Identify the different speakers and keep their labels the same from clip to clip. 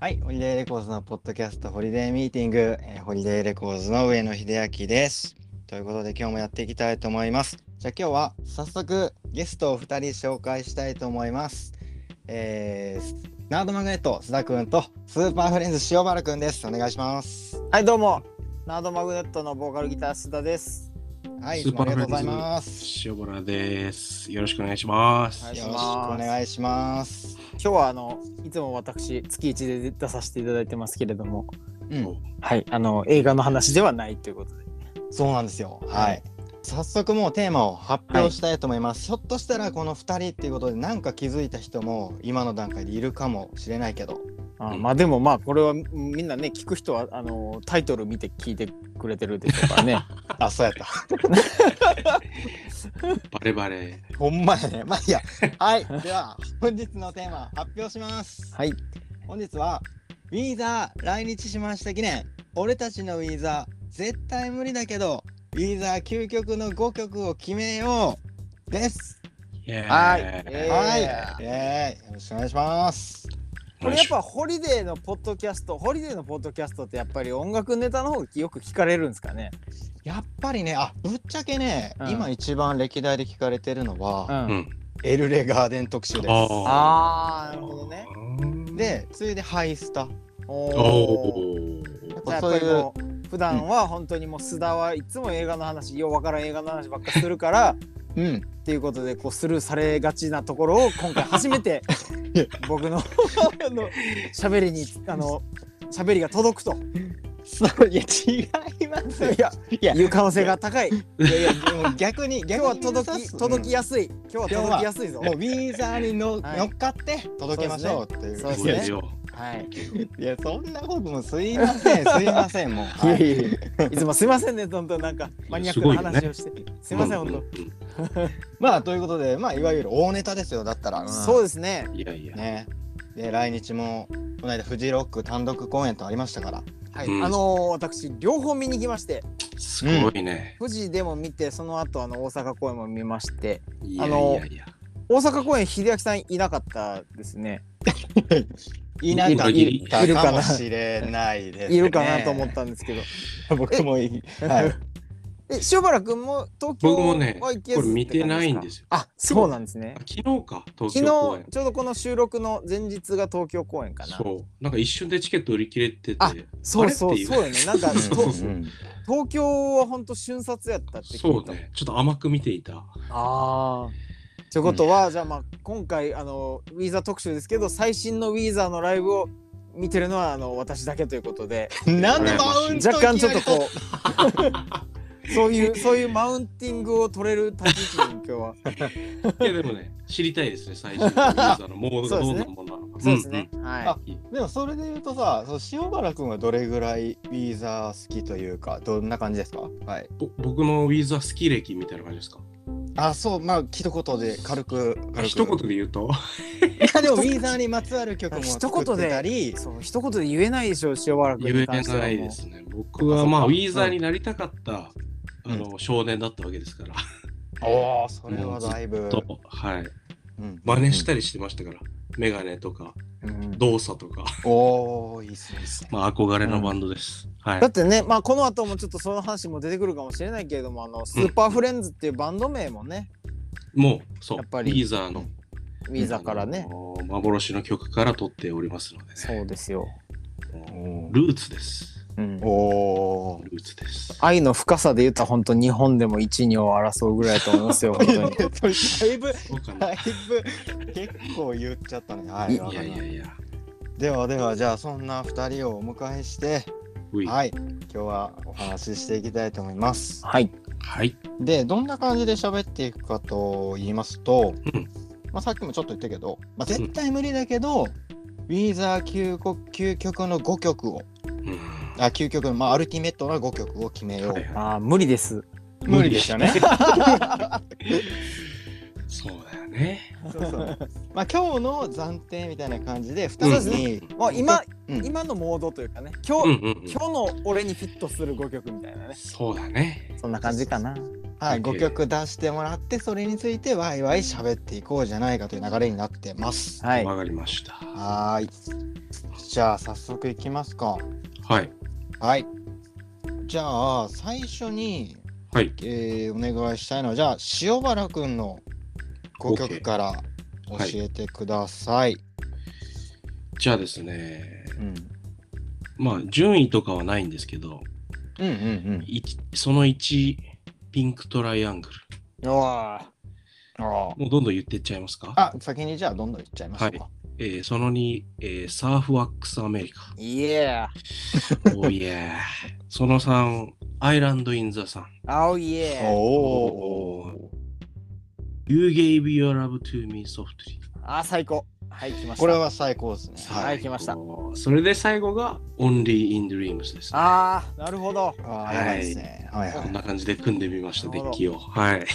Speaker 1: はい、ホリデーレコーズのポッドキャスト、ホリデーミーティング、えーホリデーレコーズの上野秀明です。ということで、今日もやっていきたいと思います。じゃあ、今日は早速ゲストを2人紹介したいと思います。えー、ナードマグネット、須田くんと、スーパーフレンズ、塩原くんです。お願いします。
Speaker 2: はいどうもナードマグネットのボーカルギター須田です。
Speaker 1: はい、い
Speaker 3: ス
Speaker 1: つ
Speaker 3: ー
Speaker 1: も
Speaker 3: パ
Speaker 1: あり
Speaker 3: ー
Speaker 1: が
Speaker 3: フ
Speaker 1: と
Speaker 3: レ
Speaker 1: う
Speaker 3: ン
Speaker 1: ござい
Speaker 3: ズ
Speaker 1: ます。
Speaker 3: 塩原です。よろしくお願いします。
Speaker 1: よ
Speaker 2: はい
Speaker 1: ろ
Speaker 2: し
Speaker 1: し
Speaker 2: ま
Speaker 1: く
Speaker 2: す
Speaker 1: お願いします。
Speaker 2: 今日はあのいつも私月一で出させていただいてますけれども、
Speaker 1: うん、
Speaker 2: はいあの映画の話ではないということで。
Speaker 1: そうなんですよ。
Speaker 2: は
Speaker 1: はいい。早速もうテーマを発表したいと思います。ひょっとしたらこの2人っていうことで何か気づいた人も今の段階でいるかもしれないけど。
Speaker 2: あ
Speaker 3: うん
Speaker 2: まあでもまあこれはみみんなね聞く人はあのタイトル見て聞いてくれてるでしょうからね。
Speaker 1: あ、そうやった。
Speaker 3: バレバレ。
Speaker 1: ほんまやね。まあいい や。はい。では本日のテーマ発表します。
Speaker 2: はい
Speaker 1: 本日は「ウィーザー来日しました記念俺たちのウィーザー絶対無理だけどウィーザー究極の5曲を決めよう」です。
Speaker 3: イエーイ
Speaker 2: はいえー
Speaker 1: はい。えーイ、よろしくお願いします。
Speaker 2: これやっぱホリデーのポッドキャストホリデーのポッドキャストってやっぱり音楽ネタの方がよく聞かれるんですかね。
Speaker 1: やっぱりね、あぶっちゃけね、
Speaker 2: うん
Speaker 1: 今一番歴代で聞かれてるの
Speaker 2: う。
Speaker 1: は、
Speaker 3: うんん。
Speaker 1: エルレガーデン特集です。
Speaker 3: あ
Speaker 2: ああなるほどね。
Speaker 1: で、ついでハイスタ。
Speaker 2: お
Speaker 3: お
Speaker 2: ー
Speaker 3: おー。
Speaker 1: やっ
Speaker 2: じゃあ
Speaker 1: ぱ
Speaker 2: やっ
Speaker 1: そう
Speaker 2: ぱ
Speaker 1: い
Speaker 2: り
Speaker 1: う
Speaker 2: もう普段は本当にもう須田はいつも映画の話ようわからん映画の話ばっかりするからっ
Speaker 1: うん、
Speaker 2: ていうことでこうスルーされがちなところを今回初め て僕のあの喋りにあの喋りが届くと
Speaker 1: そういや違いますよ。
Speaker 2: いや
Speaker 1: いや
Speaker 2: いう可能性が高い
Speaker 1: いやいやでも逆に
Speaker 2: 今
Speaker 1: 逆
Speaker 2: 日は
Speaker 1: に
Speaker 2: 届
Speaker 1: 指
Speaker 2: き
Speaker 1: す
Speaker 2: 届きやすい、今日は届きやすい
Speaker 1: うん
Speaker 2: ぞ
Speaker 1: もうウィーザーにの、
Speaker 2: はい
Speaker 1: 乗っかって届けましょうっていう。
Speaker 2: そうです
Speaker 3: す
Speaker 2: ね
Speaker 3: ごいよ。
Speaker 2: はい
Speaker 1: いやそんなこともすいませんすいませんもう。
Speaker 2: いやいやいやいつもすいませんねどんどんなんかマニアックな話をしてす,、いません
Speaker 3: う
Speaker 2: 本当、
Speaker 3: う
Speaker 1: まあということでまあいわゆる大ネタですよだったら。
Speaker 2: そう
Speaker 1: う
Speaker 2: ですね
Speaker 3: んいやいや。
Speaker 1: ね。で来日もこの間フジロック単独公演とありましたから。
Speaker 2: はい、
Speaker 3: うん
Speaker 2: あのー私両方見に来まして
Speaker 3: すごいね。
Speaker 2: 富士でも見てその後あの大阪公演も見まして
Speaker 3: い
Speaker 2: あ
Speaker 3: やい
Speaker 2: の
Speaker 3: やいや。
Speaker 2: 大阪公演秀明さんいなかったですね
Speaker 1: いなかっ
Speaker 3: いる
Speaker 1: た
Speaker 2: いる
Speaker 1: か
Speaker 2: か
Speaker 1: も
Speaker 2: な
Speaker 1: しれないです、ね。
Speaker 2: いるかなと思っ。たんですけど、
Speaker 1: 僕もいい。はい。
Speaker 2: え塩原くんも東京
Speaker 3: 僕もね、
Speaker 2: は
Speaker 3: こ
Speaker 2: 行けず
Speaker 3: れ見てないんですすよ。
Speaker 2: あそうなんですね
Speaker 3: 昨日か、東
Speaker 2: 昨日
Speaker 3: 京
Speaker 2: ち
Speaker 3: 公
Speaker 2: ょ
Speaker 3: 演
Speaker 2: う。どこの収録の前日が東京公演かなそう
Speaker 3: そう。なんか一瞬でチケット売り切れてて。
Speaker 2: あそうそ
Speaker 3: あ
Speaker 2: う
Speaker 3: れっていう
Speaker 2: よねなんか と
Speaker 3: そうそう
Speaker 1: うん
Speaker 2: 東京は本当瞬殺やったって聞いた
Speaker 3: そうね。ちょっと甘く見ていた。
Speaker 2: ああということは、じゃあまあ今回あのウィーザー特集ですけど最新のウィーザーのライブを見てるのはあの私だけということ で
Speaker 1: なんでマウント
Speaker 2: 若干ちょっと
Speaker 1: う。
Speaker 2: こう そういうそういうマウンティングを取れる立ち位置に今日は
Speaker 3: いやでもね、知りたいですね、最初ののモードがどんなものなのか。
Speaker 2: そうですね、
Speaker 1: あ
Speaker 2: は
Speaker 1: でもそれで言うとさ、その塩原くんはどれぐらいウィーザー好きというか、どんな感じですかはい。
Speaker 3: うんうんぼ僕のウィザー好き歴みたいな感じですか。
Speaker 1: あ、そう、まあ、一言で軽く。軽く
Speaker 3: 一言で言うと、
Speaker 1: いや、でもウィーザーにまつわる曲も作ってた
Speaker 2: い
Speaker 1: り、
Speaker 2: そう一言で言えないでしょ塩原君
Speaker 3: 言え
Speaker 2: に関してはもう
Speaker 3: ないですね。僕はまあ、
Speaker 1: あ
Speaker 3: ウ
Speaker 1: そうか
Speaker 3: ィザーになりたかった、
Speaker 1: うん
Speaker 3: あの少年だったわけですから、
Speaker 1: おお、それはだいぶ。
Speaker 3: とはい、
Speaker 1: うん
Speaker 3: 真似したりしてましたから、メガネとか、
Speaker 1: うん
Speaker 3: 動 作とか、
Speaker 1: おお、いいっすね、いいっすね。
Speaker 3: まあ、憧れのバンドです。はい
Speaker 2: だっ。てねまあこの後もちょっとその話も出てくるかもしれないけれどもあのスーパーフレンズっていうバンド名もね、
Speaker 3: もう、そう、ウ
Speaker 2: やっぱり
Speaker 3: ィザーの、
Speaker 2: ウィーザーからね
Speaker 3: あ、の幻の曲から取っておりますので
Speaker 2: そうですよ、
Speaker 3: ね、
Speaker 1: お
Speaker 3: ルーツです。
Speaker 2: うん
Speaker 1: ー、お
Speaker 3: ルーツです。
Speaker 2: 愛の深さで言ったら本当日本でも一二を争うぐらいだと思います よ本当に
Speaker 1: ー。だいぶ
Speaker 3: そうかな
Speaker 1: だいぶ結構言っちゃったね。はいい、
Speaker 2: や
Speaker 1: わ
Speaker 3: い
Speaker 1: か
Speaker 3: や
Speaker 1: り
Speaker 3: い
Speaker 1: ま
Speaker 3: や
Speaker 1: し
Speaker 3: いや。
Speaker 1: た。ではでは、じゃあそんな2人をお迎えして、
Speaker 3: うい
Speaker 1: はい、今日はお話ししていきたいと思います。
Speaker 2: はい
Speaker 3: はい。
Speaker 1: で、どんな感じで喋っていくかと言いますと、
Speaker 3: うん
Speaker 1: まあ、さっきもちょっと言ったけど、まあ、絶対無理だけど、ウィーザー究極究極の5曲を、
Speaker 3: うん
Speaker 1: あ、究極の、まあ、アルティメットな5曲を決めよう。
Speaker 3: はいはい
Speaker 2: あー無理です
Speaker 1: 無理でしたね。
Speaker 3: そうだよね。
Speaker 1: そうそうまあ、今日の暫定みたいな感じで、2人に、
Speaker 2: もう
Speaker 1: う
Speaker 2: 今、
Speaker 1: ん
Speaker 2: 今のモードというかね今
Speaker 3: うん
Speaker 2: 日、
Speaker 3: うんうん
Speaker 2: 今日の俺にフィットする5曲みたいなね
Speaker 3: そうだね。
Speaker 2: そんな感じかな
Speaker 1: はい、
Speaker 3: OK
Speaker 1: 5曲出してもらってそれについてワイワイ喋っていこうじゃないかという流れになってます。
Speaker 2: はい。
Speaker 3: わかりました。
Speaker 1: はーい。じゃあ早速いきますか。
Speaker 3: はい。
Speaker 1: はい。じゃあ最初に、
Speaker 3: はい。
Speaker 1: えーお願いしたいのはじゃあ塩原くんの5曲
Speaker 3: OK
Speaker 1: から教
Speaker 3: はい
Speaker 1: えてください。
Speaker 3: じゃあですね、
Speaker 1: うん、
Speaker 3: まあ、順位とかはないんですけど、
Speaker 1: うんうん
Speaker 3: いその1、ピンクトライアングル。
Speaker 2: おー
Speaker 1: うん。あ
Speaker 3: もうどんどん言ってっちゃいますか
Speaker 1: あ。あ先にじゃあどんどんいっちゃいましょうか。
Speaker 3: えーその2、えーサーフワックスアメ リカ。
Speaker 2: イエ
Speaker 3: おーいえ。その3、アイランド・イン・ザ・サン。
Speaker 2: ーあおイエー
Speaker 1: おー
Speaker 3: You gave your love to me softly.
Speaker 2: あー最高はい来ました
Speaker 1: これは最高ですね。
Speaker 2: はい来ました
Speaker 3: それで最後が Only in Dreams です、ね。
Speaker 2: あーなるほど
Speaker 1: ああ、やばいですね。はいは
Speaker 3: こん
Speaker 1: い。
Speaker 3: な感じで組んでみました、
Speaker 2: なる
Speaker 3: デ
Speaker 2: ほど
Speaker 3: ッキを。はい。
Speaker 2: 今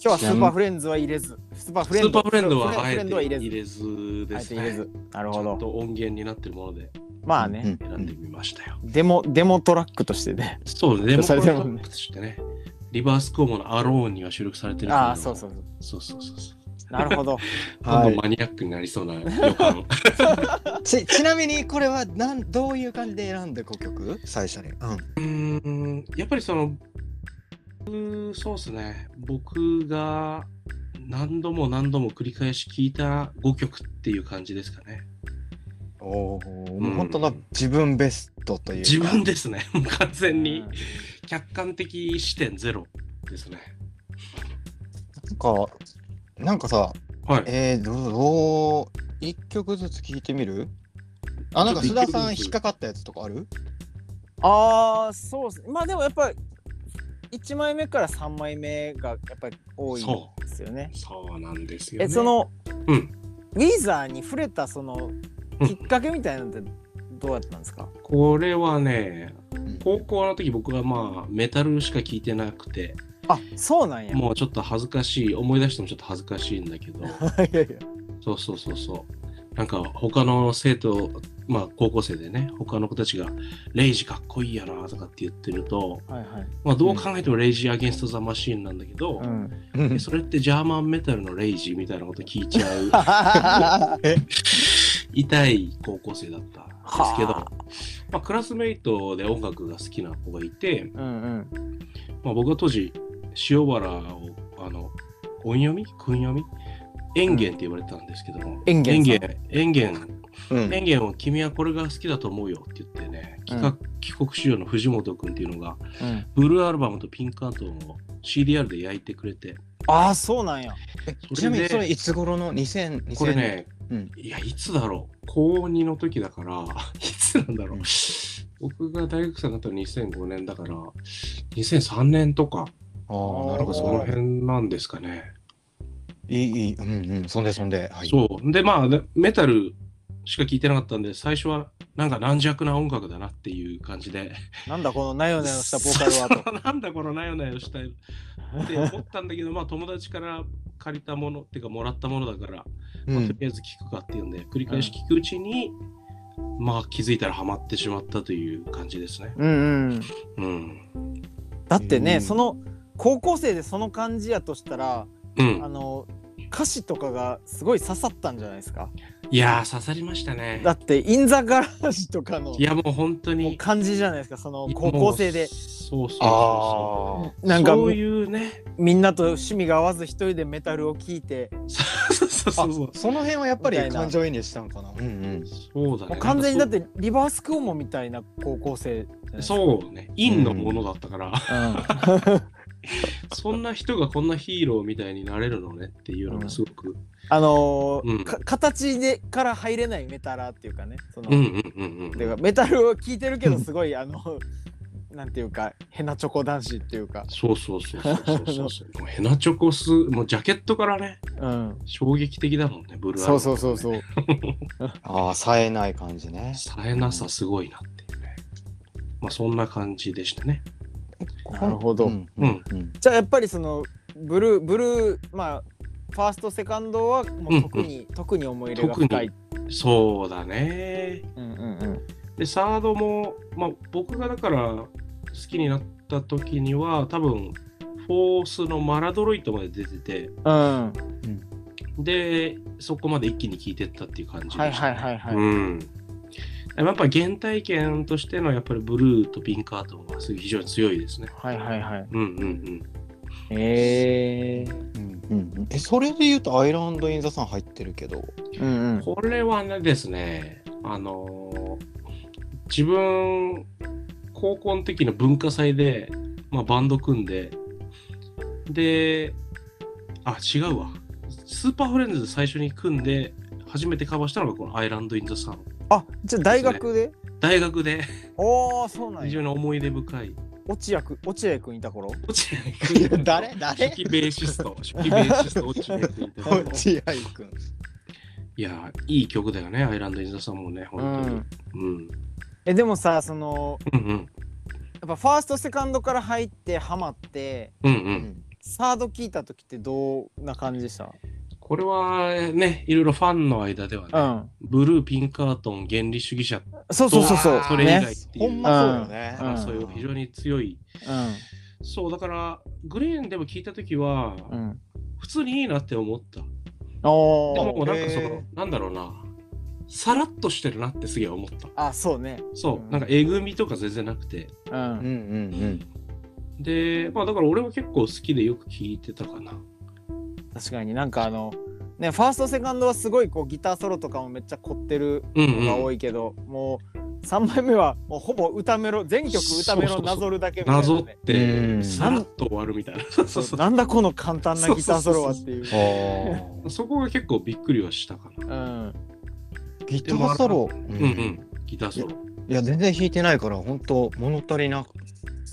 Speaker 2: 日はスーパーフレンズは入れずスーパーフ
Speaker 3: ス
Speaker 2: レン
Speaker 3: ーパ
Speaker 2: ド
Speaker 3: ーフレンドは
Speaker 2: スーパ
Speaker 3: あ
Speaker 2: ー
Speaker 3: え
Speaker 2: フレ
Speaker 3: て
Speaker 2: ンドは入れず
Speaker 3: 入れず
Speaker 2: あ
Speaker 3: で
Speaker 2: えて
Speaker 3: す
Speaker 2: 入れ
Speaker 3: ね。
Speaker 2: ずなる
Speaker 3: ち
Speaker 2: ほ
Speaker 3: ょっ
Speaker 2: ど
Speaker 3: と音源になってるもので
Speaker 2: まあね、
Speaker 1: うん
Speaker 3: 選んでみましたよ。
Speaker 2: デモデモトラックとしてね
Speaker 3: そうね、でも
Speaker 2: そ
Speaker 3: こ
Speaker 2: れ
Speaker 3: れ
Speaker 2: で
Speaker 3: ト
Speaker 2: も
Speaker 3: ラックとしてね、リバースコーモのアローンには収録されてるけれども
Speaker 2: ああそうそう。そう
Speaker 3: そうそうそうそう。
Speaker 2: なるほど
Speaker 3: どん
Speaker 1: は
Speaker 3: ど
Speaker 1: い
Speaker 3: んマニアックになりそうな予感。
Speaker 1: ち ちなみにこれはなんどういう感じで選んで5曲最初に。うん。
Speaker 3: うーんやっぱりその僕そうですね僕が何度も何度も繰り返し聴いた5曲っていう感じですかね
Speaker 1: おお、
Speaker 3: ん
Speaker 1: 本当の自分ベストというか。
Speaker 3: 自分ですねもう完全に
Speaker 2: うん
Speaker 3: 客観的視点ゼロですね
Speaker 1: なんか、なんかさ、
Speaker 3: はい
Speaker 1: えー、どうどう、1曲ずつ聴いてみるあ、なんか
Speaker 3: ち
Speaker 1: 須
Speaker 3: ょっと
Speaker 1: 田
Speaker 3: 一曲
Speaker 1: さん
Speaker 3: ずつ
Speaker 1: 引っかかったやつとかある
Speaker 2: ああそうっすまあでもやっぱり1枚目から3枚目がやっぱり多い
Speaker 3: そ
Speaker 2: ですよね
Speaker 3: そうなんですよ、ね、
Speaker 2: えその、
Speaker 3: うん
Speaker 2: ウィザーに触れたその
Speaker 3: うん
Speaker 2: きっかけみたいなのってどうやったんですか、
Speaker 3: これはね
Speaker 1: ん
Speaker 3: 高校の時僕はまあメタルしか聴いてなくて
Speaker 2: あそうなんや
Speaker 3: もうちょっと恥ずかしい思い出してもちょっと恥ずかしいんだけ ど
Speaker 2: いやいや
Speaker 3: そうそうそうそう。なんか他の生徒、まあ高校生でね、他の子たちが、レイジかっこいいやなとかって言ってると、
Speaker 2: はいはい、
Speaker 3: まあどう考えてもレイジ・アゲンスト・ザ・マシーンなんだけど、
Speaker 2: うん、
Speaker 3: えそれってジャーマンメタルのレイジみたいなこと聞いちゃう
Speaker 1: え
Speaker 3: 痛い高校生だったんですけど、
Speaker 2: は
Speaker 3: まあクラスメイトで音楽が好きな子がいて、
Speaker 2: うんうん
Speaker 3: まあ僕は当時、塩原を、あの、音読み訓読み演芸って言われてたんですけども、
Speaker 2: 園芸
Speaker 3: 園
Speaker 2: さん
Speaker 3: 芸、園芸
Speaker 1: うん
Speaker 3: 天元を君はこれが好きだと思うよって言ってね、企画帰国仕様の藤本君っていうのが、
Speaker 2: うん、
Speaker 3: ブルーアルバムとピンクアトムを CDR で焼いてくれて、
Speaker 2: ああそうなんや
Speaker 1: えちなみにそれいつ頃の2000、2000
Speaker 3: これ。ね、
Speaker 1: うん
Speaker 3: いや、いつだろう、高2の時だから、 いつなんだろう、
Speaker 1: うん
Speaker 3: 僕が大学生になったの2005年だから、2003年とか、
Speaker 1: ああ、なるほ
Speaker 3: その
Speaker 1: ど。
Speaker 3: 辺なんですかね。
Speaker 1: いい、いい。うんうん。そんでそんで。はい。
Speaker 3: そう。で、まあ、でメタルしか聴いてなかったんで、最初はなんか軟弱な音楽だなっていう感じで。
Speaker 2: なんだこのなよなよしたボーカルはと
Speaker 3: そうそうなんだこのなよなよしたいって思ったんだけど、まあ友達から借りたものっていうかもらったものだから、
Speaker 1: う
Speaker 3: まあと
Speaker 1: ん。
Speaker 3: りあえず聞くかっていうんで、繰り返し聞くうちに、まあ気づいたらハマってしまったという感じですね。
Speaker 2: うんうん
Speaker 3: うん。
Speaker 2: だってね、
Speaker 1: うん
Speaker 2: その高校生でその感じやとしたら
Speaker 3: う
Speaker 2: あ
Speaker 3: ん、
Speaker 2: の歌詞とかがすごい刺さったんじゃないですか
Speaker 3: いやー刺さりましたね
Speaker 2: だ。って「イン・ザ・ガラージ」とかの
Speaker 3: いやもう本当
Speaker 2: もう
Speaker 3: に
Speaker 2: 感じじゃないですかその高校生
Speaker 3: いや
Speaker 2: で
Speaker 3: もうそうそうそうそ
Speaker 1: あ
Speaker 3: う。
Speaker 2: なんか
Speaker 3: そういうね。
Speaker 2: みんなと趣味が合わず一人でメタルを聴いて
Speaker 3: そうそう
Speaker 1: あ。
Speaker 3: そ
Speaker 1: あ
Speaker 3: うそう。
Speaker 1: その辺はやっぱ
Speaker 2: みた
Speaker 1: り
Speaker 2: いな
Speaker 1: 感情移入したのかな。うんうん。
Speaker 3: そうだ
Speaker 2: もう
Speaker 3: ね。
Speaker 2: 完全にだ
Speaker 3: な
Speaker 2: っ
Speaker 3: んか
Speaker 2: てリバースクーモみたいな高校生う、
Speaker 3: そうそうね。陰のものだったから。
Speaker 2: うん、
Speaker 3: そんな人がこんなヒーローみたいになれるのねっていうのがすごく。
Speaker 2: あのー
Speaker 3: うん
Speaker 2: か形でから入れないメタラーっていうかねその、
Speaker 3: うんうんうんう
Speaker 2: て
Speaker 3: ん。
Speaker 2: かメタルを聴いてるけどすごいあのなんていうか変なチョコ男子っていうか、
Speaker 3: そうそうそうそうそ うそう。もうヘナチョコス、もうジャケットからね、
Speaker 2: うん、
Speaker 3: 衝撃的だもんね、ブルーアイ、。
Speaker 2: そうそうそうそうう
Speaker 1: ああ、冴えない感じね。
Speaker 3: さえなさすごいなっていうね。まあそんな感じでしたね。
Speaker 2: なるほど
Speaker 1: うんう
Speaker 3: うんん。
Speaker 1: うん。
Speaker 2: じゃあやっぱりそのブルーブルーまあファーストセカンドはもう特に、特に思い入れが深い。
Speaker 3: そうだね。
Speaker 2: うんうんうん。
Speaker 3: で、サードも、まあ僕がだから好きになった時には、多分、フォースのマラドロイトまで出てて、
Speaker 2: うん。
Speaker 3: で、そこまで一気に聴いてったっていう感じ
Speaker 2: はい
Speaker 3: でした
Speaker 2: はい
Speaker 3: ね。
Speaker 2: はいはい。
Speaker 3: うん。でもやっぱり原体験としてのやっぱりブルーとピンカートンはすごい非常に強いですね。
Speaker 2: はいはいはい。
Speaker 3: うんうんうん。
Speaker 2: ええ
Speaker 1: うんうんうんえそれで言うとアイランド・イン・ザ・サン入ってるけ ど
Speaker 2: ー。うんうん。
Speaker 3: これはねですね、あのー自分、高校の時の文化祭で、まあ、バンド組んで、で、あ、違うわ。スーパーフレンズで最初に組んで、初めてカバーしたのがこのアイランド・イン・ザ・サン。
Speaker 2: あ、じゃあ大学で
Speaker 3: 大学で
Speaker 2: おー、そうなん
Speaker 3: 非常
Speaker 2: や。
Speaker 3: に思い出深 い。
Speaker 2: 落合く落合くんいた頃
Speaker 3: 落合君
Speaker 1: 誰誰
Speaker 3: 初期ベーシスト、初期ベーシスト、 落合君って言って
Speaker 1: 落合君
Speaker 3: いや、いい曲だよね、アイランド・イン・ザ・サンもね、
Speaker 2: う
Speaker 3: 本当に
Speaker 2: ん。。
Speaker 3: うん。
Speaker 2: え、でもさ、その、
Speaker 3: うんうん。
Speaker 2: やっぱファースト、セカンドから入って、ハマって、
Speaker 3: うんう。
Speaker 1: うんん
Speaker 2: サード聞いた時ってどんな感じでした
Speaker 3: これはね、いろいろファンの間では
Speaker 2: うん。
Speaker 3: ね、ブルーピンカートン原理主義者
Speaker 2: そうそうそうそう。
Speaker 3: それ以
Speaker 2: ね
Speaker 3: 外ってい
Speaker 1: ほ
Speaker 3: うん
Speaker 1: まそうよね、
Speaker 2: うん
Speaker 3: まあそういう非常に強い。そう、だから、グレーンでも聞いたときは、
Speaker 2: うん。うん。
Speaker 3: 普通にいいなって思った。で
Speaker 2: おー。
Speaker 3: も、なんかそ
Speaker 1: へ
Speaker 3: の、なんだろうな、さらっとしてるなってすげえ思った。
Speaker 2: あ、そうね。
Speaker 3: そうう、
Speaker 2: ん
Speaker 3: なんかえぐみとか全然なくて。
Speaker 2: う。
Speaker 1: うんうんん
Speaker 3: で、まあだから俺は結構好きでよく聞いてたかな。
Speaker 2: 確かになんかあの、ね、ファースト、セカンドはすごいこうギターソロとかもめっちゃ凝ってる
Speaker 3: う
Speaker 2: の
Speaker 3: ん
Speaker 2: が
Speaker 3: う
Speaker 2: 多
Speaker 3: ん。
Speaker 2: いけど、もう3枚目はもうほぼ歌メロ全曲歌メ
Speaker 3: そうそうそ
Speaker 2: ロ
Speaker 3: う
Speaker 2: なぞるだけみたい
Speaker 3: な
Speaker 2: なね、
Speaker 3: ぞって、
Speaker 1: うん
Speaker 3: さらっと終わるみたいな。そうそうそう。
Speaker 2: なんだこの簡単なギターソロはっていう。
Speaker 1: うん
Speaker 3: そこが結構びっくりはしたかな。
Speaker 2: うん、
Speaker 1: ギターソロ、う
Speaker 3: うんうん。ギターソロ。
Speaker 1: いや全然弾いてないから本当物足りな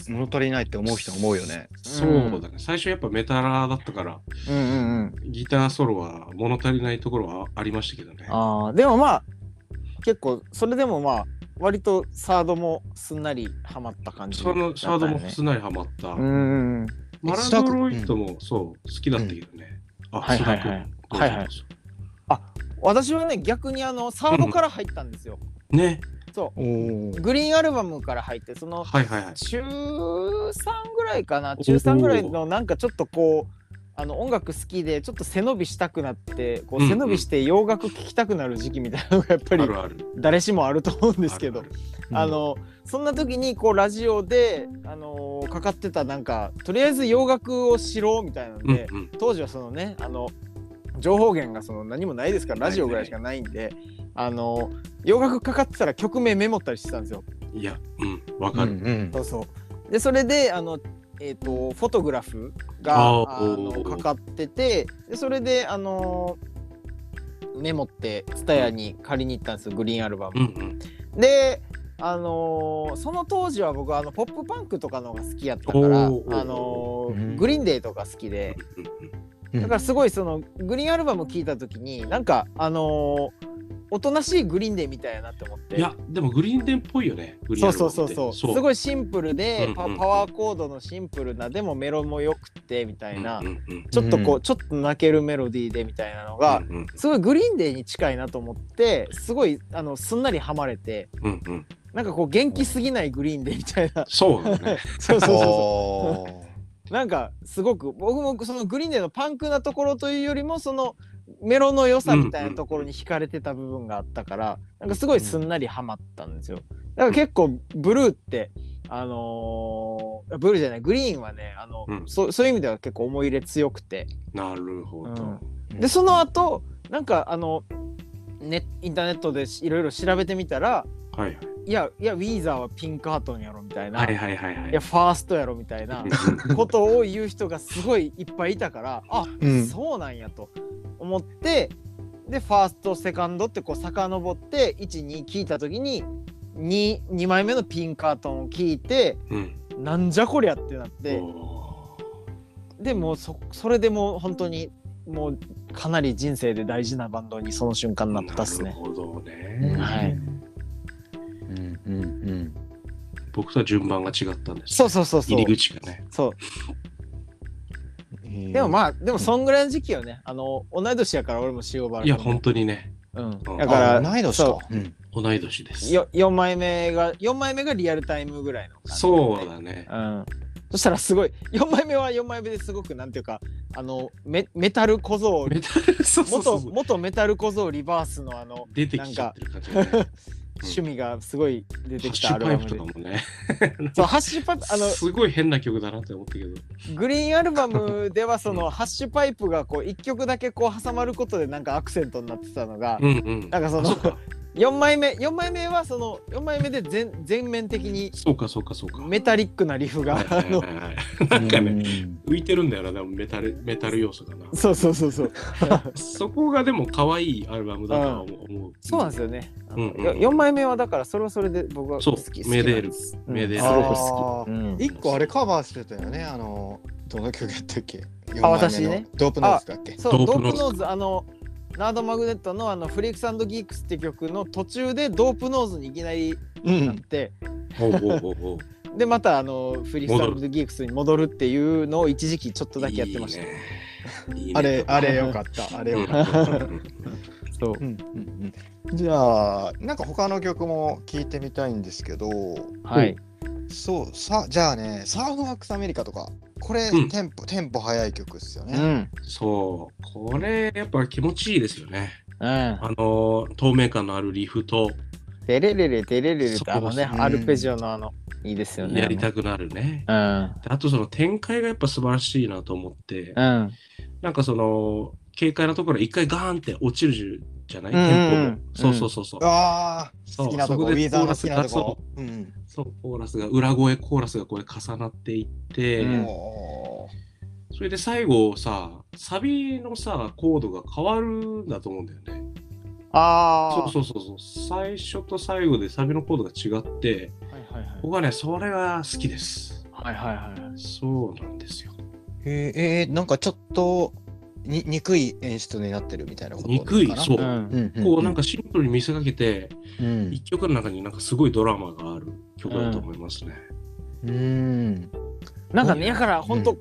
Speaker 1: 物足りないって思う人は思うよね。
Speaker 3: そうだね。最初やっぱメタラだったから、
Speaker 2: うんうんうん
Speaker 3: ギターソロは物足りないところはありましたけどね。
Speaker 2: あーでもまあ結構それでもまあ割とサードもすんなりハマった感じ
Speaker 3: そのサードも
Speaker 2: だった
Speaker 3: すんなりハマった。
Speaker 2: よねうんうんうん
Speaker 3: マラドロイトもそう、好きだったけどね。あ、
Speaker 2: はいはいはい
Speaker 3: 須田君
Speaker 2: はいはい
Speaker 3: そうそう
Speaker 2: 私はね逆にあのサードから入ったんです よ、
Speaker 3: そうね。
Speaker 2: そ
Speaker 1: おお
Speaker 2: う。グリーンアルバムから入ってその
Speaker 3: はいはいはい。
Speaker 2: 中3ぐらいかな
Speaker 3: おー
Speaker 2: 中3ぐらいのなんかちょっとこうあの音楽好きでちょっと背伸びしたくなってこ
Speaker 3: うんう
Speaker 2: うん背伸びして洋楽聴きたくなる時期みたいなのがやっぱ
Speaker 3: あ
Speaker 2: り
Speaker 3: るある。
Speaker 2: 誰しもあると思うんですけど
Speaker 3: あ
Speaker 2: あ
Speaker 3: るある
Speaker 2: のそんな時にこうラジオで、あのーかかってたなんかとりあえず洋楽を知ろうみたいなん
Speaker 3: うん
Speaker 2: で、
Speaker 3: うん。
Speaker 2: 当時はそのねあの情報源がその何もないですからラジオぐらいしかないんで、あの洋楽かかってたら曲名メモったりしてたんですよ。
Speaker 3: いや、うん、わ
Speaker 1: うんう
Speaker 3: かる。
Speaker 1: ん
Speaker 2: そうそう。でそれであのえっ、とフォトグラフが
Speaker 3: あー
Speaker 2: あのかかっててでそれであのメモってツタヤに借りに行ったんですよグリーンアルバ
Speaker 3: うんう
Speaker 2: ム。
Speaker 3: ん。
Speaker 2: であのその当時は僕はあのポップパンクとかの方が好きやったか
Speaker 3: お
Speaker 2: ら、
Speaker 3: ー
Speaker 2: あの
Speaker 1: うん
Speaker 2: グリーンデーとか好きで
Speaker 3: うんうん
Speaker 1: うん
Speaker 2: だからすごいそのグリーンアルバム聴いた時になんかあのおとなしいグリーンデーみたいやなって思って。
Speaker 3: いや、でもグリーンデンっぽいよね。グリーン
Speaker 2: そ
Speaker 3: ア
Speaker 2: う
Speaker 3: ルバ
Speaker 2: そ
Speaker 3: ム
Speaker 2: う
Speaker 3: って
Speaker 2: そうそう
Speaker 3: そう。
Speaker 2: すごいシンプルで、パ
Speaker 3: うんうんうん
Speaker 2: パワーコードのシンプルなでもメロも良くてみたいな、
Speaker 3: うんうんうん
Speaker 2: ちょっとこう、
Speaker 1: う
Speaker 2: ちょっと泣けるメロディーでみたいなのが、
Speaker 3: うんうん
Speaker 2: すごいグリーンデーに近いなと思ってすごいあのすんなりはまれて
Speaker 3: うんうん。
Speaker 2: なんかこう元気すぎないグリーンデーみたいな
Speaker 3: そうだ ね。
Speaker 2: そうそうそうそ
Speaker 1: おー
Speaker 2: うなんかすごく僕もそのグリーンデーのパンクなところというよりもそのメロの良さみたいなところに惹かれてた部分があったから、なんかすごいすんなりはまったんですよ。だから結構ブルーってあのーブルーじゃないグリーンはねあの、
Speaker 3: うん
Speaker 2: そそういう意味では結構思い入れ強くて
Speaker 3: なるほ
Speaker 2: う
Speaker 3: ど
Speaker 2: ん。でその後なんかあのねインターネットでいろいろ調べてみたら
Speaker 3: はい
Speaker 2: いやいやウィーザーはピンクハートンやろみたいな、
Speaker 3: はい
Speaker 2: い
Speaker 3: はいはいはい。
Speaker 2: やファーストやろみたいな
Speaker 3: うん
Speaker 2: ことを言う人がすごいいっぱいいたからあ、
Speaker 1: うん
Speaker 2: そうなんやと思ってでファーストセカンドってこう遡って12聞いた時に 2, 2枚目のピンカートンを聞いて
Speaker 3: うんうん
Speaker 2: なんじゃこりゃってなって
Speaker 3: お
Speaker 2: でもうそそれでもう本当にもうかなり人生で大事なバンドにその瞬間
Speaker 3: ー
Speaker 2: なったっす
Speaker 3: な
Speaker 2: ね。
Speaker 3: るほど
Speaker 1: うん
Speaker 3: ね。
Speaker 2: はい。
Speaker 1: うんうんうん
Speaker 3: 僕とは順番が違ったんです。
Speaker 2: そうそうそうそう
Speaker 3: 入り口がね。
Speaker 2: そう
Speaker 1: うん
Speaker 2: でもまあでもそんぐらいの時期よねあの同い年やから俺も塩原
Speaker 3: いや、本当にね、
Speaker 2: 当うん
Speaker 3: ん
Speaker 2: だから
Speaker 1: あ同い年
Speaker 2: そう
Speaker 1: か。 うん
Speaker 3: 同い年です。
Speaker 2: よ4枚目が4枚目がリアルタイムぐらいの感じ
Speaker 3: そうだね。
Speaker 2: うんそしたらすごい4枚目は4枚目ですごくなんていうかあのメメタル小僧
Speaker 3: メタル、 そうそうそ
Speaker 2: 元
Speaker 3: うそう。
Speaker 2: 元メタル小僧リバースのあの
Speaker 3: 出てきちゃってる感 じがね。
Speaker 2: 趣味がすごい出てきた
Speaker 3: ハ
Speaker 2: ア
Speaker 3: ッシ
Speaker 2: ル
Speaker 3: ュパ
Speaker 2: バム
Speaker 3: イ
Speaker 2: で
Speaker 3: プとかもね。
Speaker 2: そうハッシュパイプあの
Speaker 3: すごい変な曲だなって思ったけど。
Speaker 2: グリーンアルバムではそのハッシュパイプがこう1曲だけこう挟まることでなんかアクセントになってたのが、
Speaker 3: うんうん
Speaker 2: な。んかそ
Speaker 3: あそ
Speaker 2: の
Speaker 3: うか、
Speaker 2: 4枚目4枚目はその4枚目で全全面的に
Speaker 3: そうか、そうか、そうか。
Speaker 2: メタリックなリフが
Speaker 3: はい
Speaker 2: あ
Speaker 3: はい
Speaker 2: の
Speaker 3: はいはいなんかね、
Speaker 1: うん
Speaker 3: 浮いてるんだよな、でもメタル、メタル要素がな。
Speaker 2: そうそうそうそう
Speaker 3: そこがでも可愛いアルバムだとは思う。
Speaker 2: そうなんですよね、あの
Speaker 3: うんうんうん
Speaker 2: 4枚目はだからそれはそれで僕は
Speaker 3: そ
Speaker 2: 好
Speaker 3: う
Speaker 2: き
Speaker 3: メデー
Speaker 2: 好きな
Speaker 3: ル
Speaker 2: んです
Speaker 3: メデール
Speaker 2: う
Speaker 1: あ
Speaker 2: ん
Speaker 3: すごく好
Speaker 1: ー
Speaker 2: うん
Speaker 1: 一個あれカバーしてたよねあのどの曲やったっけ
Speaker 2: あ私
Speaker 1: 四
Speaker 2: ね
Speaker 1: 枚目のドープノースだっけ
Speaker 2: そうド
Speaker 3: ド
Speaker 2: ープ
Speaker 3: ープ
Speaker 2: ノ
Speaker 3: ノーズ
Speaker 2: ーズあのナードマグネットのあのフリークスギークスって曲の途中でドープノーズにいきなり
Speaker 1: う
Speaker 2: なっ
Speaker 1: ん
Speaker 2: て、
Speaker 3: ほうほうほうほ
Speaker 2: でまたあのフリースタイルギークスに戻るっていうのを一時期ちょっと
Speaker 3: う。
Speaker 2: だけやってました
Speaker 3: いい
Speaker 2: ね
Speaker 3: ね。いいね
Speaker 1: あれあれよかったあれよかっ
Speaker 3: うん
Speaker 2: そう
Speaker 1: た、うんうんうんじゃあなんか他の曲も聴いてみたいんですけど
Speaker 2: はい、
Speaker 1: そうさじゃあねサーフワークスアメリカとかこれ、
Speaker 3: うん
Speaker 1: テンポテンポ速い曲っすよ
Speaker 2: うんう
Speaker 1: ね、
Speaker 2: ん
Speaker 3: そう。これ、やっぱ気持ちいいですよね。
Speaker 2: うん
Speaker 3: あのー、透明感のあるリフと、
Speaker 2: テレレレテレレレって
Speaker 3: そう
Speaker 2: あのね
Speaker 1: うん
Speaker 2: アルペジオのあのいいですよね
Speaker 3: やりたくなるね。
Speaker 2: うん
Speaker 3: であと、その展開がやっぱ素晴らしいなと思って、
Speaker 2: うん
Speaker 3: なんかその、軽快なところ、一回ガーンって落ちるじゃない
Speaker 2: うんうんうん
Speaker 3: テンポ
Speaker 2: うん
Speaker 3: も。そうそうそうそう。
Speaker 1: ああ
Speaker 3: そう
Speaker 1: 好きなとこ
Speaker 3: そ
Speaker 1: ウ
Speaker 3: こで
Speaker 1: ィザーの好きなと
Speaker 3: コーラ
Speaker 1: こ
Speaker 3: ス
Speaker 1: うん
Speaker 3: そう、コーラスが、裏声コーラスがこれ重なっていって、
Speaker 2: うん
Speaker 1: おー
Speaker 3: それで最後さ、サビのさ、コードが変わるんだと思うんだよね。
Speaker 2: ああ
Speaker 3: そうそうそうそう。最初と最後でサビのコードが違って、
Speaker 2: はいはいはい
Speaker 3: 僕はね、それが好きです。
Speaker 2: はいはいはいはい
Speaker 3: そうなんですよ。
Speaker 1: えーえーなんかちょっとに憎い演出になってるみたいなこと
Speaker 3: 憎い、
Speaker 1: かな
Speaker 3: そうう。
Speaker 2: ん
Speaker 1: うんうん
Speaker 3: こうなんかシンプルに見せかけて、
Speaker 1: うん
Speaker 3: 一曲の中になんかすごいドラマがある曲だと思いますね。
Speaker 1: うん
Speaker 2: なんかねだから本当、
Speaker 1: う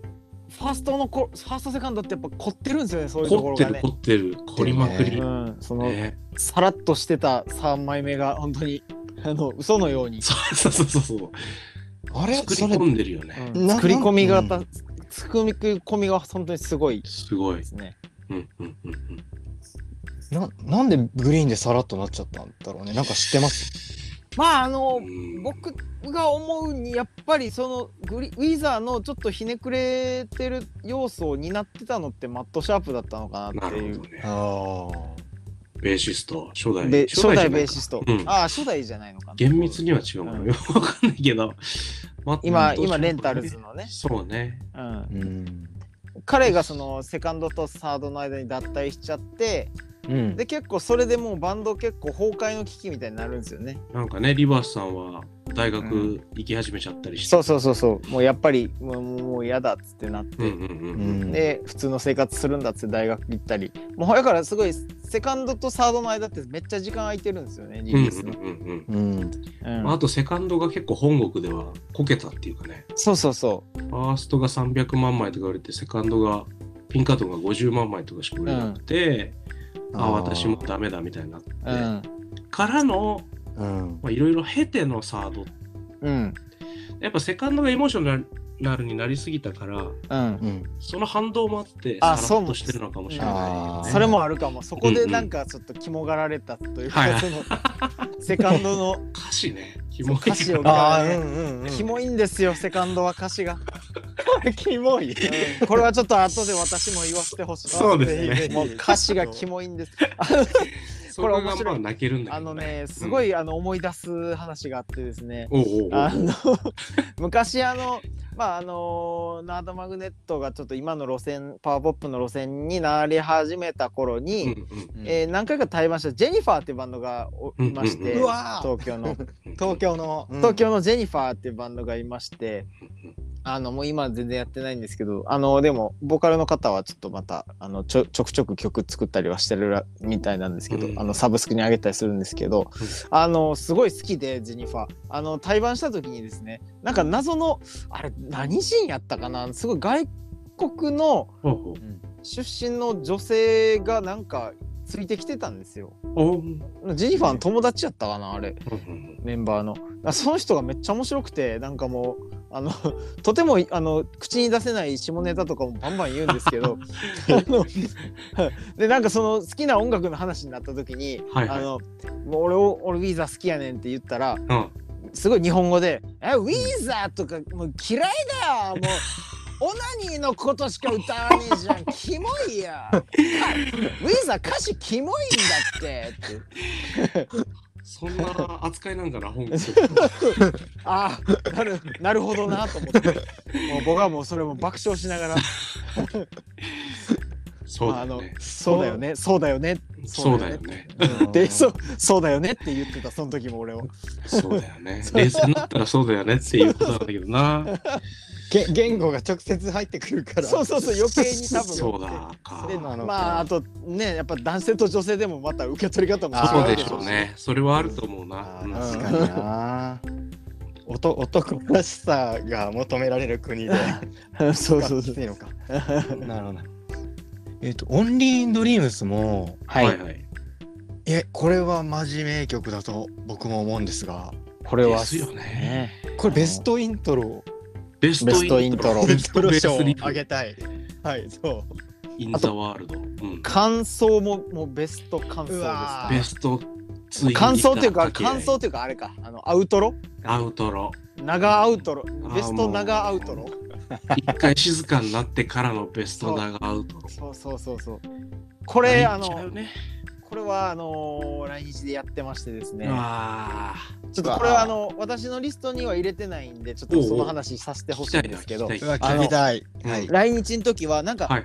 Speaker 2: ファーストのこファーストセカンドってやっぱ凝ってるんですよねそういうとこ
Speaker 3: 凝
Speaker 2: ろ
Speaker 3: って
Speaker 2: が
Speaker 3: る
Speaker 2: ね
Speaker 3: 凝ってる、凝りまく
Speaker 1: て
Speaker 3: り
Speaker 1: る。
Speaker 2: うん、その
Speaker 3: ね、
Speaker 2: さらっとしてた3枚目が本当にあの嘘のように、
Speaker 3: そうそうそうそうそう。
Speaker 1: あれ
Speaker 3: 作り
Speaker 1: それ
Speaker 3: 込んでるよね。
Speaker 2: うん
Speaker 1: な
Speaker 2: 作り込みが
Speaker 1: う
Speaker 2: た作り込みが本当にすごいです
Speaker 3: ごい。
Speaker 2: すね。
Speaker 3: うんうんうんうん。
Speaker 1: ななんでグリーンでさらっとなっちゃったんだろうねなんか知ってます
Speaker 2: まああの
Speaker 3: うん
Speaker 2: 僕が思うにやっぱりそのグリウィザーのちょっとひねくれてる要素を担ってたのってマット・シャープだったのかな
Speaker 3: な
Speaker 2: ってい
Speaker 3: る
Speaker 2: う
Speaker 3: ほど。ね。
Speaker 1: あ
Speaker 3: ベーシスト、初代。
Speaker 2: で初
Speaker 3: じゃな
Speaker 2: 代
Speaker 3: いか
Speaker 2: ベーシスト、
Speaker 3: うん
Speaker 2: ああ初代じゃないのかな
Speaker 3: 厳密には違うのよ。わかんないけど。ま
Speaker 2: 今
Speaker 3: どうし
Speaker 2: 今
Speaker 3: ようかね
Speaker 2: レンタルズのね、
Speaker 3: そうね。
Speaker 2: うん
Speaker 1: ー、うん
Speaker 2: 彼がそのセカンドとサードの間に脱退しちゃって
Speaker 1: うん
Speaker 2: で結構それでもうバンド結構崩壊の危機みたいになるんですよね
Speaker 3: なんかね、リバースさんは大
Speaker 2: う
Speaker 3: 学行き始めちゃったりして。
Speaker 2: そうそうそうそうもうやっぱりもうもうもう嫌だっつってなって、
Speaker 3: うんうん
Speaker 1: う
Speaker 3: うん。
Speaker 1: ん
Speaker 2: で普通の生活するんだっつって大学行ったりもうだからすごいセカンドとサードの間ってめっちゃ時間空いてるんですよねリ
Speaker 3: うん
Speaker 2: リ
Speaker 3: う
Speaker 2: ースの
Speaker 3: ん、うんうん。
Speaker 1: うん
Speaker 2: うん
Speaker 3: まああとセカンドが結構本国ではこけたっていうかね。
Speaker 2: そうそうそ
Speaker 3: ファーストが300万枚とか売れて、セカンドがピンカートが50万枚とかしか売れなくて、あ、私もダメだみたいになって。
Speaker 2: ううん
Speaker 3: からの、
Speaker 1: うん
Speaker 3: まあいろいろ経てのサード。
Speaker 2: うん
Speaker 3: やっぱセカンドがエモーショナルなるになりすぎたから、
Speaker 2: うん
Speaker 1: うん
Speaker 3: その反動もあって、
Speaker 2: あ
Speaker 3: さらっとしてるのかもしれないよ
Speaker 1: あー
Speaker 3: ね。
Speaker 2: それもあるかもそこでなんかちょっと肝がられたというか、
Speaker 3: うんうん
Speaker 2: そのセカンドの
Speaker 3: 歌詞ね。キモいから
Speaker 2: 歌詞を
Speaker 1: ああうんうんうん
Speaker 2: キモいんですよ、セカンドは歌詞 が。キモい、これはちょっと後で私も言わせてほしい。
Speaker 3: そうですね
Speaker 2: ぜひぜひもう歌詞 がキモいんです。あの
Speaker 3: そ
Speaker 2: こ
Speaker 3: れ
Speaker 2: れ面
Speaker 3: が
Speaker 2: 白
Speaker 3: ま
Speaker 2: い
Speaker 3: あ泣けるん
Speaker 2: あ
Speaker 3: だけど
Speaker 2: のね、すごいあの思い出す話があってですね。
Speaker 3: おうおうおう
Speaker 2: あの 昔あのまああのナードマグネットがちょっと今の路線パワーポップの路線になり始めた頃に、
Speaker 3: うんうん
Speaker 2: えー何回か対バンしたジェニファーっていうバンドがおいまして、
Speaker 3: うんうんうん
Speaker 1: うわー
Speaker 2: 東京の
Speaker 1: 東京の
Speaker 2: 東京のジェニファーっていうバンドがいまして、あのもう今は全然やってないんですけどあのでもボーカルの方はちょっとまたあのちょちょくちょく曲作ったりはしてるらみたいなんですけど、
Speaker 3: うん
Speaker 2: あのサブスクに上げたりするんですけど、
Speaker 3: うん
Speaker 2: あのすごい好きでジェニファーあの対バンした時にですねなんか謎のあれ何人やったかなすごい外国の
Speaker 3: ほうほう
Speaker 2: 出身の女性がなんかついてきてたんですよ。
Speaker 3: おううん
Speaker 2: ジェニファーの友達やったかなあれ
Speaker 3: うんうん
Speaker 2: メンバーのあその人がめっちゃ面白くてなんかもうあの とてもあの口に出せない下ネタとかもバンバン言うんですけ どあの でなんかその好きな音楽の話になった時に「
Speaker 3: はいはい
Speaker 2: あのもう俺を俺ウィーザー好きやねん」って言ったら
Speaker 3: うん。
Speaker 2: すごい日本語で「えウィーザーとかもう嫌いだよも うオナニーのことしか歌わねえじゃんキモい やウィーザー歌詞キモいんだって」って
Speaker 3: そんな扱いなんかな、本気。
Speaker 2: ああなるなるほどなと思ってもう僕はもうそれも爆笑しながら
Speaker 3: そうだ
Speaker 2: あ
Speaker 3: よ
Speaker 2: の
Speaker 3: ね。
Speaker 2: そうだよねそうだよね
Speaker 3: そうだよね。
Speaker 2: でそうそうだよねって言ってたその時も俺を
Speaker 3: そうだよね。 冷静になったらそうだよねっていうことなんだけどな。
Speaker 1: げ言語が直接入ってくるから
Speaker 2: そうそうそう余計に 多分
Speaker 3: そうだか。
Speaker 2: で
Speaker 1: あの
Speaker 2: まああとねやっぱ男性と女性でもまた受け取り方も
Speaker 1: あ
Speaker 3: そう
Speaker 2: 違う
Speaker 3: で
Speaker 2: でし
Speaker 3: し
Speaker 2: ょ
Speaker 3: ょ
Speaker 2: う
Speaker 3: う
Speaker 2: し
Speaker 3: ね。それはあると思うな
Speaker 1: あ。
Speaker 3: うん
Speaker 1: ー確かにな男男らしさが求められる国で
Speaker 2: そうそうそう
Speaker 1: いいのかなるほどえっ、とオンリーインドリームスも
Speaker 2: はい、
Speaker 3: はいはい。
Speaker 1: えこれは真面目曲だと僕も思うんですが
Speaker 2: これは
Speaker 3: ですよね。
Speaker 1: これベストイントロ
Speaker 3: ベス
Speaker 2: ベスト
Speaker 3: ト
Speaker 2: イ
Speaker 3: イ
Speaker 2: ン
Speaker 3: ン
Speaker 2: ト
Speaker 3: ト
Speaker 2: ロ
Speaker 3: ロ。
Speaker 1: ベストロ
Speaker 3: ベ
Speaker 1: 賞
Speaker 3: ス
Speaker 1: を
Speaker 3: トリ
Speaker 1: あ
Speaker 3: フ
Speaker 1: げたいはいそ
Speaker 3: インザワールド。うん
Speaker 2: 感想ももうベスト感想
Speaker 1: うわ
Speaker 2: で
Speaker 3: ベストツ
Speaker 2: す
Speaker 3: イン
Speaker 2: 感想っていうか
Speaker 3: リター
Speaker 2: 感想っていうかあれかあのアウトロ
Speaker 3: アウトロ。
Speaker 2: 長アウトロ
Speaker 3: あー
Speaker 2: ベスト長アウトロ
Speaker 3: もう一回静かになってからのベストナガアウトロ。
Speaker 2: そうそうそうそうこ
Speaker 3: こ
Speaker 2: れあ
Speaker 3: ちゃ
Speaker 2: の
Speaker 3: うね。
Speaker 2: これはあのー来日でやってましてですね
Speaker 3: あ
Speaker 2: ちょっとこれはあの私のリストには入れてないんでちょっとその話させて
Speaker 3: あ。
Speaker 2: ほ
Speaker 3: 聞き
Speaker 2: しい
Speaker 3: た
Speaker 2: ん
Speaker 3: い
Speaker 2: で
Speaker 3: な。
Speaker 2: すけど
Speaker 3: 聞
Speaker 1: う
Speaker 3: きた
Speaker 1: うわ
Speaker 3: い
Speaker 1: 聞きたい、はい
Speaker 2: 来日の時はなんか、
Speaker 3: はい。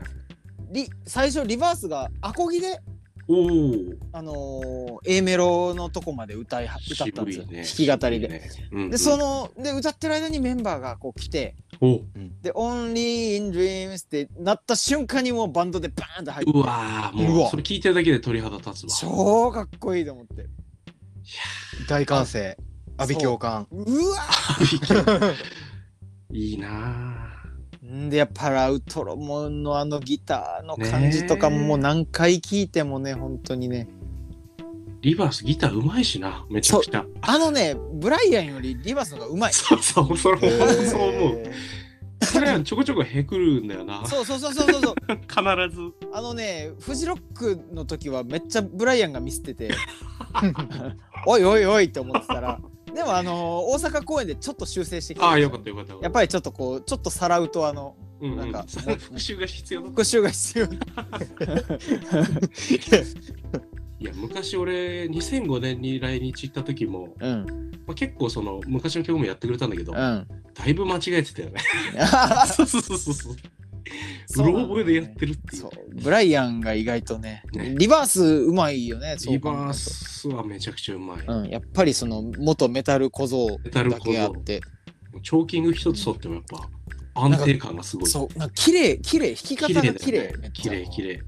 Speaker 2: リ最初リバースがアコギで
Speaker 3: おお。
Speaker 2: あのー A メロのとこまで歌いは歌ったんですよ、弾き語りで。で
Speaker 3: で
Speaker 2: そ、ので歌ってる間にメンバーがこう来て
Speaker 3: うんう
Speaker 2: 「
Speaker 3: ん
Speaker 2: で Only in Dreams」ってなった瞬間にもうバンドでバーンって入って
Speaker 3: おうわー
Speaker 1: う
Speaker 3: もう
Speaker 1: わ
Speaker 3: それ聞いてるだけで鳥肌立つわ。
Speaker 2: 超かっこいいと思って
Speaker 1: 大歓声阿ビ共感
Speaker 2: うわ
Speaker 3: いいな
Speaker 2: ーんでやっぱラウトロモンのあのギターの感じとかも
Speaker 3: ねえ
Speaker 2: もう何回聴いてもね本当にね
Speaker 3: ーリバースギターうまいしな、めちゃくちゃ。
Speaker 2: あのねブライアンよりリバースの方がうまい
Speaker 3: そうそう、それ
Speaker 1: へ
Speaker 3: ほんと
Speaker 1: ー
Speaker 3: そう思う。彼らちょこちょこへくるんだよな、必
Speaker 2: そうそうそうそうそうそう
Speaker 3: ず。
Speaker 2: あのねフジロックの時はめっちゃブライアンが見捨てて おいおいおいって思ってたらでもあのー大阪公演でちょっと修正してきて
Speaker 3: ああ、よかったよかった。
Speaker 2: やっぱりちょっとこうちょっとさらうとあの
Speaker 3: うん
Speaker 2: な
Speaker 3: うんん
Speaker 2: か
Speaker 3: それ 復習が必要だ
Speaker 2: 復習が必要
Speaker 3: いや昔俺2005年に来日行った時も、
Speaker 2: うん
Speaker 3: まあ、結構その昔の曲もやってくれたんだけど、
Speaker 2: う
Speaker 3: だ
Speaker 2: ん
Speaker 3: いぶ間違えてたよ ね そうそうそうそう
Speaker 2: そうなんだよね
Speaker 3: ろ覚えでやってるっていう
Speaker 2: そうブライアンが意外とね
Speaker 3: ね
Speaker 2: リバースうまいよねそう
Speaker 3: リ
Speaker 2: 考えると
Speaker 3: バースはめちゃくちゃうまい、
Speaker 2: うん、やっぱりその元メタル小僧
Speaker 3: メタル
Speaker 2: だ
Speaker 3: 小
Speaker 2: けあっ
Speaker 3: 僧
Speaker 2: て
Speaker 3: チョーキング一つとってもやっぱ安定感がすごい
Speaker 2: そうなんか綺麗綺麗弾き方が綺麗めっち
Speaker 3: 綺
Speaker 2: ゃ
Speaker 3: 麗綺麗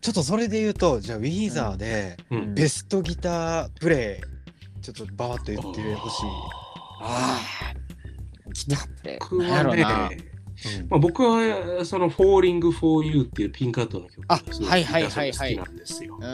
Speaker 1: ちょっとそれで言うとじゃあウィーザーで
Speaker 3: うん
Speaker 1: ベストギタープレイちょっとバーッと言ってほし
Speaker 2: ああ来たって
Speaker 3: 僕
Speaker 2: なんやろ
Speaker 3: はね
Speaker 2: な
Speaker 1: い、うん
Speaker 3: まあ、僕はその「Falling for You」っていうピンクアウトの曲
Speaker 2: あ
Speaker 3: がすごい
Speaker 2: はいはいはいはい
Speaker 3: 好きなんですよ。
Speaker 2: うんうん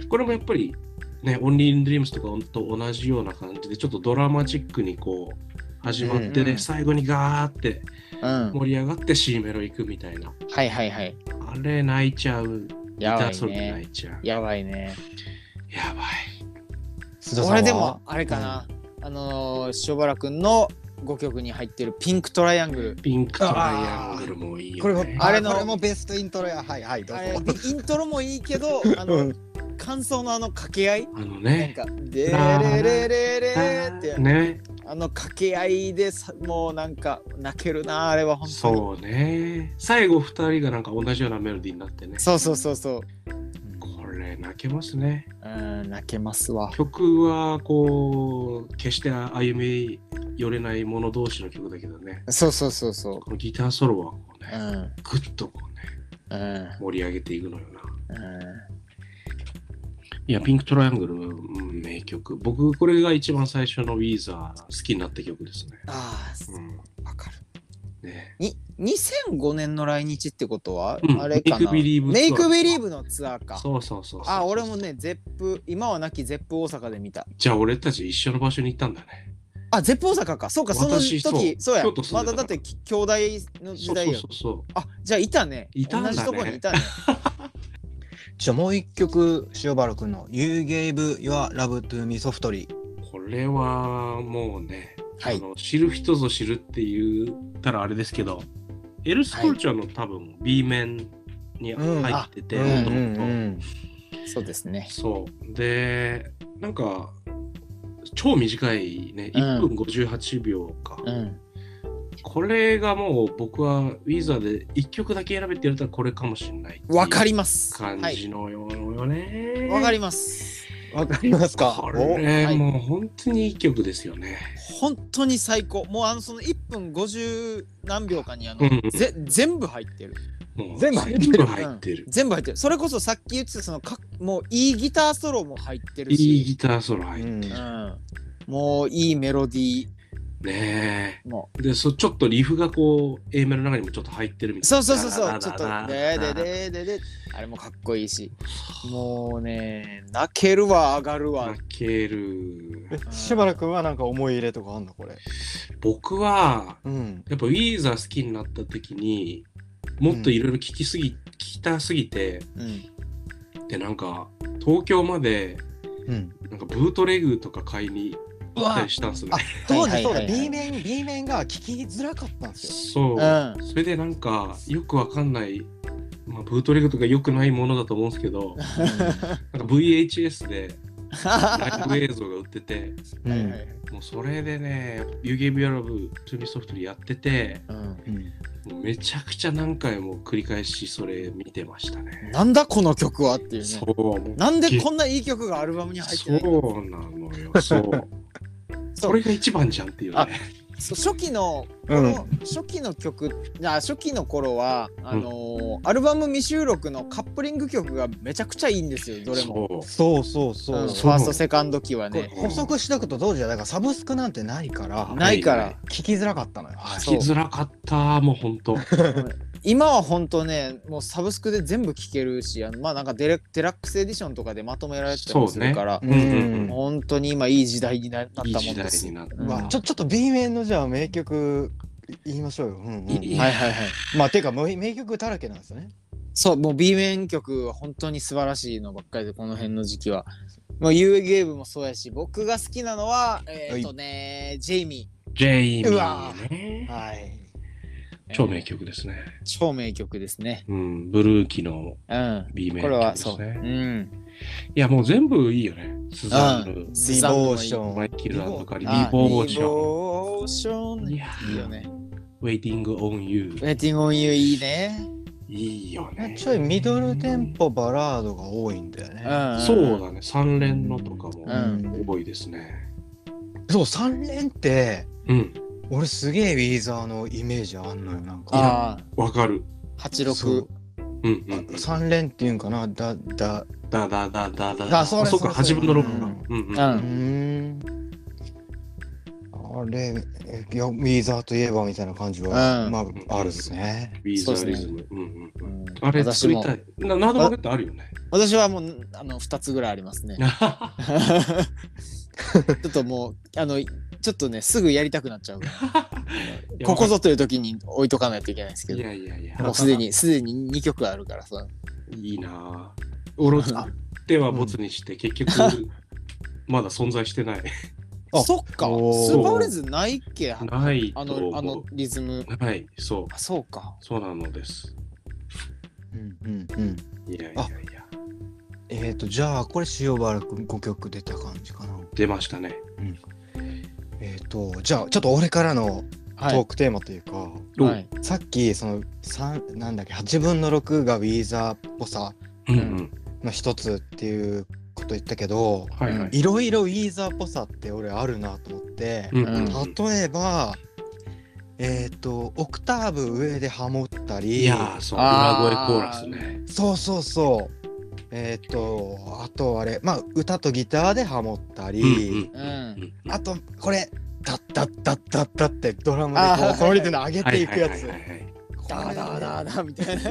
Speaker 2: うん
Speaker 3: これもやっぱりね、オンリー・イン・ドリームスとかと同じような感じで、ちょっとドラマチックにこう、始まってね、
Speaker 2: うんうん
Speaker 3: 最後にガーって
Speaker 2: うん
Speaker 3: 盛り上がって C メロ行くみたいな。
Speaker 2: はいはいはい
Speaker 3: あれ、泣いちゃう。
Speaker 2: やばい
Speaker 3: それ
Speaker 2: ね
Speaker 3: 泣いちゃう。
Speaker 2: やばいね
Speaker 3: やばい。
Speaker 1: 須田さんは
Speaker 2: 俺でもあれかな、あのー塩原くんの5曲に入ってるピンクトライアングル
Speaker 3: ピンクトライアングルもいい
Speaker 1: これ
Speaker 3: よ、
Speaker 1: は
Speaker 3: ね。
Speaker 1: あ
Speaker 2: あ
Speaker 1: れ
Speaker 2: れ
Speaker 1: の
Speaker 2: の
Speaker 1: これもベストイントロやはいはいどう
Speaker 2: あ
Speaker 1: ぞ
Speaker 2: れイントロもいいけどあ
Speaker 1: う
Speaker 2: の感想のあの掛け合い
Speaker 3: あの
Speaker 2: なん
Speaker 3: ね、
Speaker 2: か「でれれれれ」って
Speaker 3: ね、
Speaker 2: あの掛け合いでさもうなんか泣けるなあれは本当に
Speaker 3: そうね。最後、二人がなんか同じようなメロディーになってね。
Speaker 2: そうそうそうそう
Speaker 3: これ、泣けますね。
Speaker 2: うん泣けますわ
Speaker 3: 曲はこう決して歩み寄れない者同士の曲だけどね
Speaker 2: そうそうそうそう
Speaker 3: このギターソロはこう
Speaker 2: う
Speaker 3: ね
Speaker 2: ん
Speaker 3: グッとこうね
Speaker 2: うん
Speaker 3: 盛り上げていくのよな
Speaker 2: う
Speaker 3: いやピンクトライアングル、うん名曲僕これが一番最初のウィーザー好きになった曲ですね
Speaker 2: んあ
Speaker 3: うん
Speaker 2: あわかる
Speaker 3: ね
Speaker 2: に2005年の来日ってことは、
Speaker 3: うん
Speaker 2: あれかな
Speaker 3: メイクビリーブツアー
Speaker 2: メイクビリーブのツアーか
Speaker 3: そうそうそうそう
Speaker 2: あ俺もねゼップ今はなきゼップ大阪で見た
Speaker 3: じゃあ俺たち一緒の場所に行ったんだね
Speaker 2: あ、絶望坂か。そうか、その
Speaker 3: 私
Speaker 2: 時、
Speaker 3: そ
Speaker 2: そ
Speaker 3: う
Speaker 2: うや
Speaker 3: 京都。住
Speaker 2: ま
Speaker 3: んで
Speaker 2: だ
Speaker 3: たか
Speaker 2: だ
Speaker 3: ら
Speaker 2: って、き兄弟の時
Speaker 3: そう
Speaker 2: 代
Speaker 3: そう
Speaker 2: や
Speaker 3: そうそう
Speaker 2: あ、じゃあいたね。
Speaker 3: いたんだ
Speaker 2: 同
Speaker 3: ね
Speaker 2: じとこにいた ね。
Speaker 1: じゃあもう一曲塩原くんの「You gave your love to me softly
Speaker 3: これはもうね、
Speaker 2: はい
Speaker 3: あの知る人ぞ知るって言ったらあれですけどエルスコルチャーの多分 B 面に入って」て、
Speaker 1: うん
Speaker 3: 元々
Speaker 1: うん
Speaker 2: そうですね。
Speaker 3: そうでなんか超短いね
Speaker 2: うん
Speaker 3: 1分58秒か、
Speaker 2: うん。
Speaker 3: これがもう僕はウィザーで1曲だけ選べって言われたらこれかもしれないっていう
Speaker 2: わかります。
Speaker 3: 感
Speaker 2: はい。
Speaker 3: じのようよね
Speaker 2: わかります。
Speaker 1: わかりますか
Speaker 3: こ
Speaker 1: お
Speaker 3: れ
Speaker 2: はい
Speaker 3: もう本当にいい曲ですよね、
Speaker 2: 本当に最高。もうあの、その1分50何秒かにあの、
Speaker 3: うんうん
Speaker 2: ぜ全部入ってる。
Speaker 3: もう
Speaker 1: 全部入ってる
Speaker 3: 全部入ってる
Speaker 2: うん全部入ってる。それこそさっき言ってた、そのか、もういいギターソロも入ってるし。
Speaker 3: いいギターソロ入ってる
Speaker 1: うん
Speaker 2: うん。もういいメロディー
Speaker 3: ね
Speaker 2: も。
Speaker 3: え。で、そちょっとリフがこう、A メロの中にもちょっと入ってるみたい
Speaker 2: そ
Speaker 3: な。
Speaker 2: うそうそうそう。ちょっと
Speaker 3: ダラダラダラ、
Speaker 2: ででででで。あれもかっこいいし。もうね、泣けるわ、上がるわ。
Speaker 3: 泣ける。
Speaker 1: え塩原くんはなんか思い入れとかあんのこれ
Speaker 3: 僕は、
Speaker 1: うん
Speaker 3: やっぱウィーザー好きになった時に、もっといろいろ聞きすぎ、聞きたすぎて、
Speaker 2: うん。
Speaker 3: で、なんか、東京まで、
Speaker 1: うん
Speaker 3: なんかブートレグとか買いに行ったりしたんですね
Speaker 1: あ。当時そう
Speaker 2: は
Speaker 1: だ
Speaker 2: いはいはいはい
Speaker 1: B 面 B 面が聞きづらかったんですよ
Speaker 3: そう、
Speaker 2: う
Speaker 3: それでなんか、よくわかんない、まあ、ブートレグとかよくないものだと思うんですけど、なんか VHS でライブ映像が売ってて、
Speaker 1: うん
Speaker 2: はいはい
Speaker 3: もうそれでね、You Gave Your Love to Me Softly やってて、
Speaker 2: うん
Speaker 1: うん
Speaker 3: もうめちゃくちゃ何回も繰り返しそれ見てましたね。
Speaker 2: なんだこの曲はっていうね
Speaker 3: そ。う、もう
Speaker 2: なんでこんないい曲がアルバムに入ってないの
Speaker 3: そうなの よ、そう。
Speaker 2: そう
Speaker 3: これが一番じゃんっていう
Speaker 2: あ
Speaker 3: ね。
Speaker 2: そう初期の
Speaker 1: う
Speaker 2: こ
Speaker 1: ん
Speaker 2: の初期の曲、あ初期の頃はあのーアルバム未収録のカップリング曲がめちゃくちゃいいんですよどれも、
Speaker 1: そ
Speaker 3: そ
Speaker 1: うそうそう、
Speaker 2: うん
Speaker 1: そう
Speaker 2: ファーストセカンド期は
Speaker 1: これ
Speaker 2: ね
Speaker 1: 補足しとくと当時はだからサブスクなんてないから
Speaker 3: う。
Speaker 2: ないから
Speaker 3: はい
Speaker 1: 聞きづらかったのよ
Speaker 3: はい。
Speaker 2: そう
Speaker 3: 聞きづらかった、もう本当。
Speaker 2: 今はほんとねもうサブスクで全部聴けるしあのまあなんかデレデラックスエディションとかでまとめられてたりもするから、
Speaker 1: う
Speaker 3: うんうんうん
Speaker 1: ん
Speaker 2: 本当に今いい時代になったもん
Speaker 3: いい
Speaker 2: です
Speaker 3: 時代になっ
Speaker 2: う
Speaker 1: うわ
Speaker 3: た。
Speaker 1: ちょちょっと B 面のじゃあ名曲言いましょうよ、うんうん
Speaker 3: いい
Speaker 2: はいはいはい
Speaker 1: まあていうかもう名曲だらけなんですよね
Speaker 2: そう、もう B 面曲は本当に素晴らしいのばっかりで、この辺の時期は。もう U ゲームもそうやし、僕が好きなのは、えっ、とね、ジェイミ
Speaker 3: ジェイミ
Speaker 1: うわ
Speaker 3: ーね。
Speaker 1: はい
Speaker 2: ー。
Speaker 3: 超名
Speaker 2: えー。
Speaker 3: 曲ですね。
Speaker 2: 超名曲ですね。
Speaker 3: うん、ブルーキの
Speaker 2: うん。
Speaker 3: B
Speaker 2: こ
Speaker 3: 名
Speaker 2: れ
Speaker 3: 曲
Speaker 2: は
Speaker 3: で
Speaker 2: そう。
Speaker 3: す
Speaker 2: う
Speaker 3: ね。
Speaker 2: ん。
Speaker 3: いや、もう全部いいよね。スザンヌ、
Speaker 1: ディボーション
Speaker 3: マイケルカリ、リ
Speaker 2: あ
Speaker 3: ボーション。
Speaker 2: ボーション。
Speaker 3: い
Speaker 2: い
Speaker 3: や
Speaker 2: いよね。
Speaker 3: Waiting on
Speaker 2: ウ。
Speaker 3: You
Speaker 2: ェティングオンユーいいね。
Speaker 3: いいよね。
Speaker 1: ちょいミドルテンポバラードが多いんだよ
Speaker 2: う
Speaker 1: ね、
Speaker 2: ん。
Speaker 3: そうだね。三連のとかも
Speaker 2: うん
Speaker 3: 多いですね。
Speaker 1: そう3連って
Speaker 3: うん。
Speaker 1: 俺すげえウィーザーのイメージあんのよなんか
Speaker 2: ああ、
Speaker 3: わかる。
Speaker 2: 八
Speaker 1: そ
Speaker 2: 六
Speaker 1: う。
Speaker 3: うんうんうん。
Speaker 1: 3連っていうんかなだだ
Speaker 3: だだだだだ
Speaker 1: あそうだ
Speaker 3: そうか、
Speaker 1: そうだ
Speaker 3: 八分の六か。
Speaker 1: う
Speaker 3: う
Speaker 1: うん
Speaker 2: う
Speaker 3: んんうん。
Speaker 1: ーんあれえいやウィーザーといえばみたいな感じ
Speaker 2: う
Speaker 1: は、
Speaker 2: ん
Speaker 1: まああるですね
Speaker 3: ウィ
Speaker 2: そう
Speaker 3: ザ
Speaker 2: です
Speaker 3: ー
Speaker 2: ね
Speaker 3: リズム。うんう
Speaker 2: う
Speaker 3: んうん。
Speaker 2: ん
Speaker 3: あれ
Speaker 2: 私
Speaker 3: 作り
Speaker 2: も
Speaker 3: たい。なナードマグネットあるよね。。
Speaker 2: 私はもうあの二つぐらいありますね ちょっともうあのちょっとねすぐやりたくなっち ゃうから。ここぞという時に置いとかないといけないですけ
Speaker 3: い
Speaker 2: ど、
Speaker 3: やいやいや。
Speaker 2: もうすでに、すでに2曲あるからさ。
Speaker 3: いいなぁ。俺作ってはボツにして、結局、まだ存在してない。
Speaker 1: あ
Speaker 2: そっか、
Speaker 1: おー
Speaker 2: スバルズないっけあ
Speaker 3: ないと
Speaker 2: の、あの
Speaker 3: 思
Speaker 2: リズム。
Speaker 3: う。はい、そう。
Speaker 2: あ、そうか。
Speaker 3: そうなのです。
Speaker 1: うんうんうん
Speaker 3: いやいやいや。
Speaker 1: えっ、ー、とじゃあこれ塩原くん5曲出た感じかな
Speaker 3: 出ましたね。
Speaker 1: えっ、ー、とじゃあちょっと俺からのト
Speaker 2: は
Speaker 1: ー
Speaker 2: い。
Speaker 1: クテーマというか、
Speaker 2: はい、
Speaker 1: さっきその3なんだっけ8分の6がウィーザーっぽさ
Speaker 3: うんうん。
Speaker 1: の一つっていうこと言ったけど
Speaker 3: はいはい。
Speaker 1: いろいろウィーザーっぽさって俺あるなと思って、
Speaker 3: うん
Speaker 2: うん
Speaker 1: 例えばえっ、ー、とオクターブ上でハモったり
Speaker 3: いやー、そう、裏
Speaker 2: あー
Speaker 3: 声コーラスね。
Speaker 1: そうそうそうえっ、ー、とあとあれまあ歌とギターでハモったり、
Speaker 2: うん
Speaker 1: あとこれダッダッダッダッダッってドラムで
Speaker 2: あー
Speaker 1: こ
Speaker 2: は
Speaker 1: う
Speaker 2: い
Speaker 1: そのリズム上げ
Speaker 3: は
Speaker 1: て
Speaker 3: い
Speaker 1: い
Speaker 3: は
Speaker 1: く
Speaker 3: い
Speaker 1: や
Speaker 3: はい
Speaker 1: つ
Speaker 3: はいはい。
Speaker 1: これ
Speaker 2: ダーダーダーダーみたいな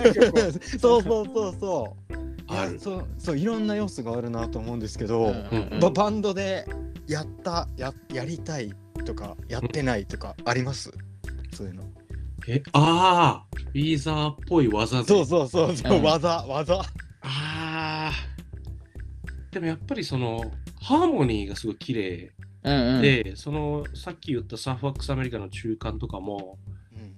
Speaker 1: そうそうそうそう。いや
Speaker 3: ある。
Speaker 1: そうそういろんな要素があるなと思うんですけど、
Speaker 2: うん
Speaker 3: うん
Speaker 1: ババンドでやったややりたいとかやってないとかあります、そういうの
Speaker 3: え、ああ、ウィーザーっぽい技で。
Speaker 1: そうそうそうそう、
Speaker 2: うん
Speaker 1: 技技
Speaker 3: ああ。でもやっぱりその、ハーモニーがすごい綺麗
Speaker 2: うんうん
Speaker 3: で、その、さっき言ったサーファックスアメリカの中間とかも、
Speaker 1: うん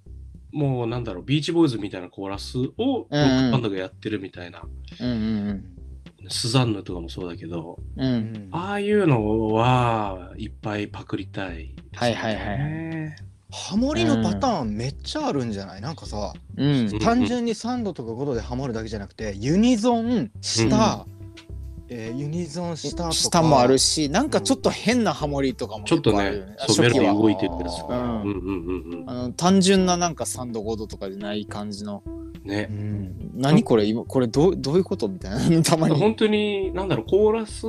Speaker 3: もうなんだろう、ビーチボーイズみたいなコーラスをロックバンドがやってるみたいな、
Speaker 2: うん
Speaker 3: スザンヌとかもそうだけど、
Speaker 2: うんう
Speaker 1: うんん
Speaker 3: ああいうのはいっぱいパクりたいです
Speaker 2: はいはいはい
Speaker 3: ね
Speaker 1: ハモリのパターンめっちゃあるんじゃないなんかさ、
Speaker 2: うん
Speaker 3: うん
Speaker 1: 単純に3度とか5度でハモるだけじゃなくてユニゾンした、えーユニゾンしたとか
Speaker 2: 下もあるしなんかちょっと変なハモリとかも
Speaker 3: ちょっと
Speaker 2: 結構あるよ
Speaker 3: ね、そう、メ
Speaker 2: 初期
Speaker 3: ロディ
Speaker 2: は
Speaker 3: ー動いてるやつとか。
Speaker 2: うん
Speaker 3: うんうんうん
Speaker 2: あの単純ななんか3度5度とかでない感じの
Speaker 3: うん。ね
Speaker 1: う。ん
Speaker 2: 何これ今これどうどういうことみたいな たまに
Speaker 3: 本当に、なんだろう、コーラス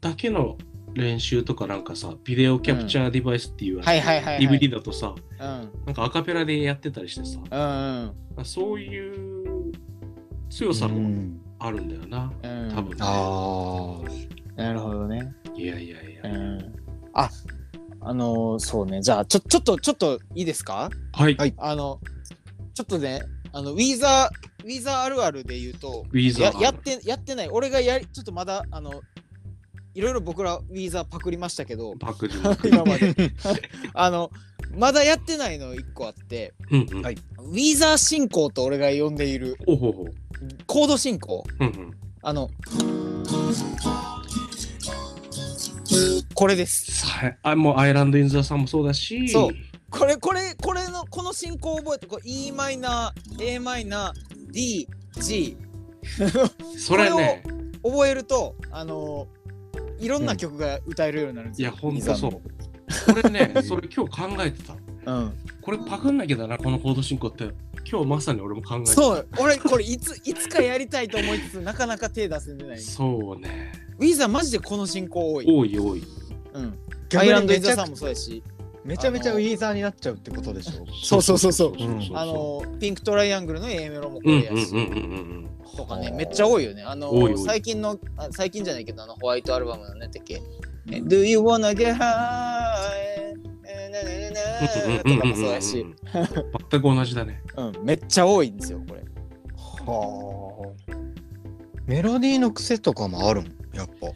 Speaker 3: だけの練習とかなんかさ、ビデオキャプチャーデバイスっていう、
Speaker 2: はいはいはいはい
Speaker 3: DVD だとさ、
Speaker 2: うん
Speaker 3: なんかアカペラでやってたりしてさ、
Speaker 2: うん
Speaker 3: そういう強さ
Speaker 1: う
Speaker 3: も
Speaker 1: ん
Speaker 3: あるんだよな。
Speaker 2: うん
Speaker 3: 多分
Speaker 1: あー
Speaker 2: なるほどね
Speaker 3: いやいやいや
Speaker 2: う。んああのーそうねじゃあちょちょっとちょっといいですか
Speaker 3: はい
Speaker 1: は。い
Speaker 2: あのちょっとねあのウィザーウィザーあるあるで言うと
Speaker 3: ウィザ
Speaker 2: や
Speaker 3: ー。
Speaker 2: やってやってない俺がやりちょっとまだあのいろいろ僕らウィザーパクりましたけど
Speaker 3: パクリまくり。
Speaker 2: 今まであのまだやってないの一個あって
Speaker 3: うんうん。
Speaker 1: はい
Speaker 2: ウィザー進行と俺が呼んでいる
Speaker 3: ほうほうほう。
Speaker 2: コード進行
Speaker 3: うんうん。
Speaker 2: あのこれです
Speaker 3: さあ、もうアイランド・イン・ザ・さんもそうだし、
Speaker 2: そうこれこれこれのこの進行を覚えてこう e マイナー a マイナー d g
Speaker 3: それね、
Speaker 2: 覚えるとあのいろんな曲が歌えるようになるんです
Speaker 3: い
Speaker 2: よ、
Speaker 3: や、ほんとそう
Speaker 2: ウ。
Speaker 3: これね、それ今日考えて
Speaker 2: ィザー
Speaker 3: た。
Speaker 2: のうん
Speaker 3: これパクんなきゃだな、このコード進行って。今日まさに俺も考えてた。
Speaker 2: そう俺これいついつかやりたいと思いつつなかなか手出せてない
Speaker 3: そうね。
Speaker 2: ウィザーマジでこの進行多い、
Speaker 3: 多い多い。
Speaker 2: うん、ア
Speaker 1: 逆
Speaker 2: イ
Speaker 1: に
Speaker 2: ランド・
Speaker 1: め
Speaker 2: イン・
Speaker 1: ち
Speaker 2: ザ・
Speaker 1: ゃ
Speaker 2: さ
Speaker 1: く
Speaker 2: んもそうやし
Speaker 1: めちゃめちゃウィーザーになっちゃうってことでしょ
Speaker 2: そうそうそうそう
Speaker 3: そうそうそう
Speaker 2: あのピンクトライアングルの A メロもこ
Speaker 3: うんうん
Speaker 2: れ
Speaker 3: うん
Speaker 2: や
Speaker 3: うん
Speaker 2: し、
Speaker 3: うん
Speaker 2: とかねめっちゃ多いよねあの
Speaker 3: 多い多い
Speaker 2: 最近のあ最近じゃないけどあのホワイトアルバムのねてっけ「ね Do you wanna get high?」えーなななな
Speaker 3: うん。
Speaker 2: とかもそうやし、
Speaker 3: んんんん。全く同じだね。
Speaker 2: うん、めっちゃ多いんですよこれ
Speaker 1: はあメロディーの癖とかもあるもんやっぱ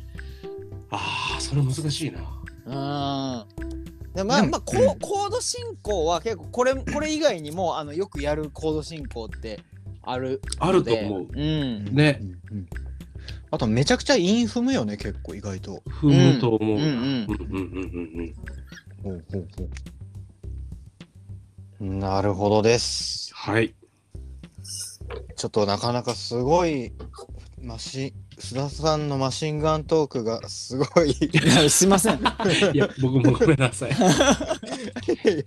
Speaker 3: ああ、それ難しいな。
Speaker 2: うんでまあ
Speaker 1: でも
Speaker 2: まあコ,、
Speaker 1: うん
Speaker 2: コード進行は結構これこれ以外にもあのよくやるコード進行ってある
Speaker 3: あ
Speaker 2: の
Speaker 3: ると
Speaker 2: で
Speaker 3: 思う。
Speaker 2: うん
Speaker 3: ね
Speaker 1: うんうんあとめちゃくちゃ韻踏むよね結構意外と
Speaker 3: 踏むと思う。
Speaker 2: うんうん
Speaker 3: うんうんうんうん。
Speaker 1: ほうほうほうなるほどです
Speaker 3: はい。
Speaker 1: ちょっとなかなかすごいマシ須田さんのマシンガントークがすごい
Speaker 2: すいません
Speaker 3: いや、僕もごめんなさい。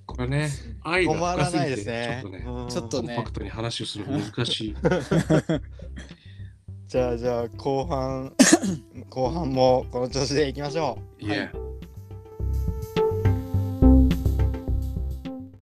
Speaker 3: これね、愛が
Speaker 1: 止ま
Speaker 3: 深
Speaker 1: ら
Speaker 3: すぎ
Speaker 1: ない
Speaker 3: て
Speaker 1: ですね
Speaker 3: ちょっとね、
Speaker 1: うん
Speaker 2: ちょっ
Speaker 3: コ
Speaker 2: と
Speaker 3: ン
Speaker 2: ね
Speaker 3: パクトに話をするの難しい。
Speaker 1: じゃあじゃあ後半後半もこの調子でいきましょう
Speaker 3: いや、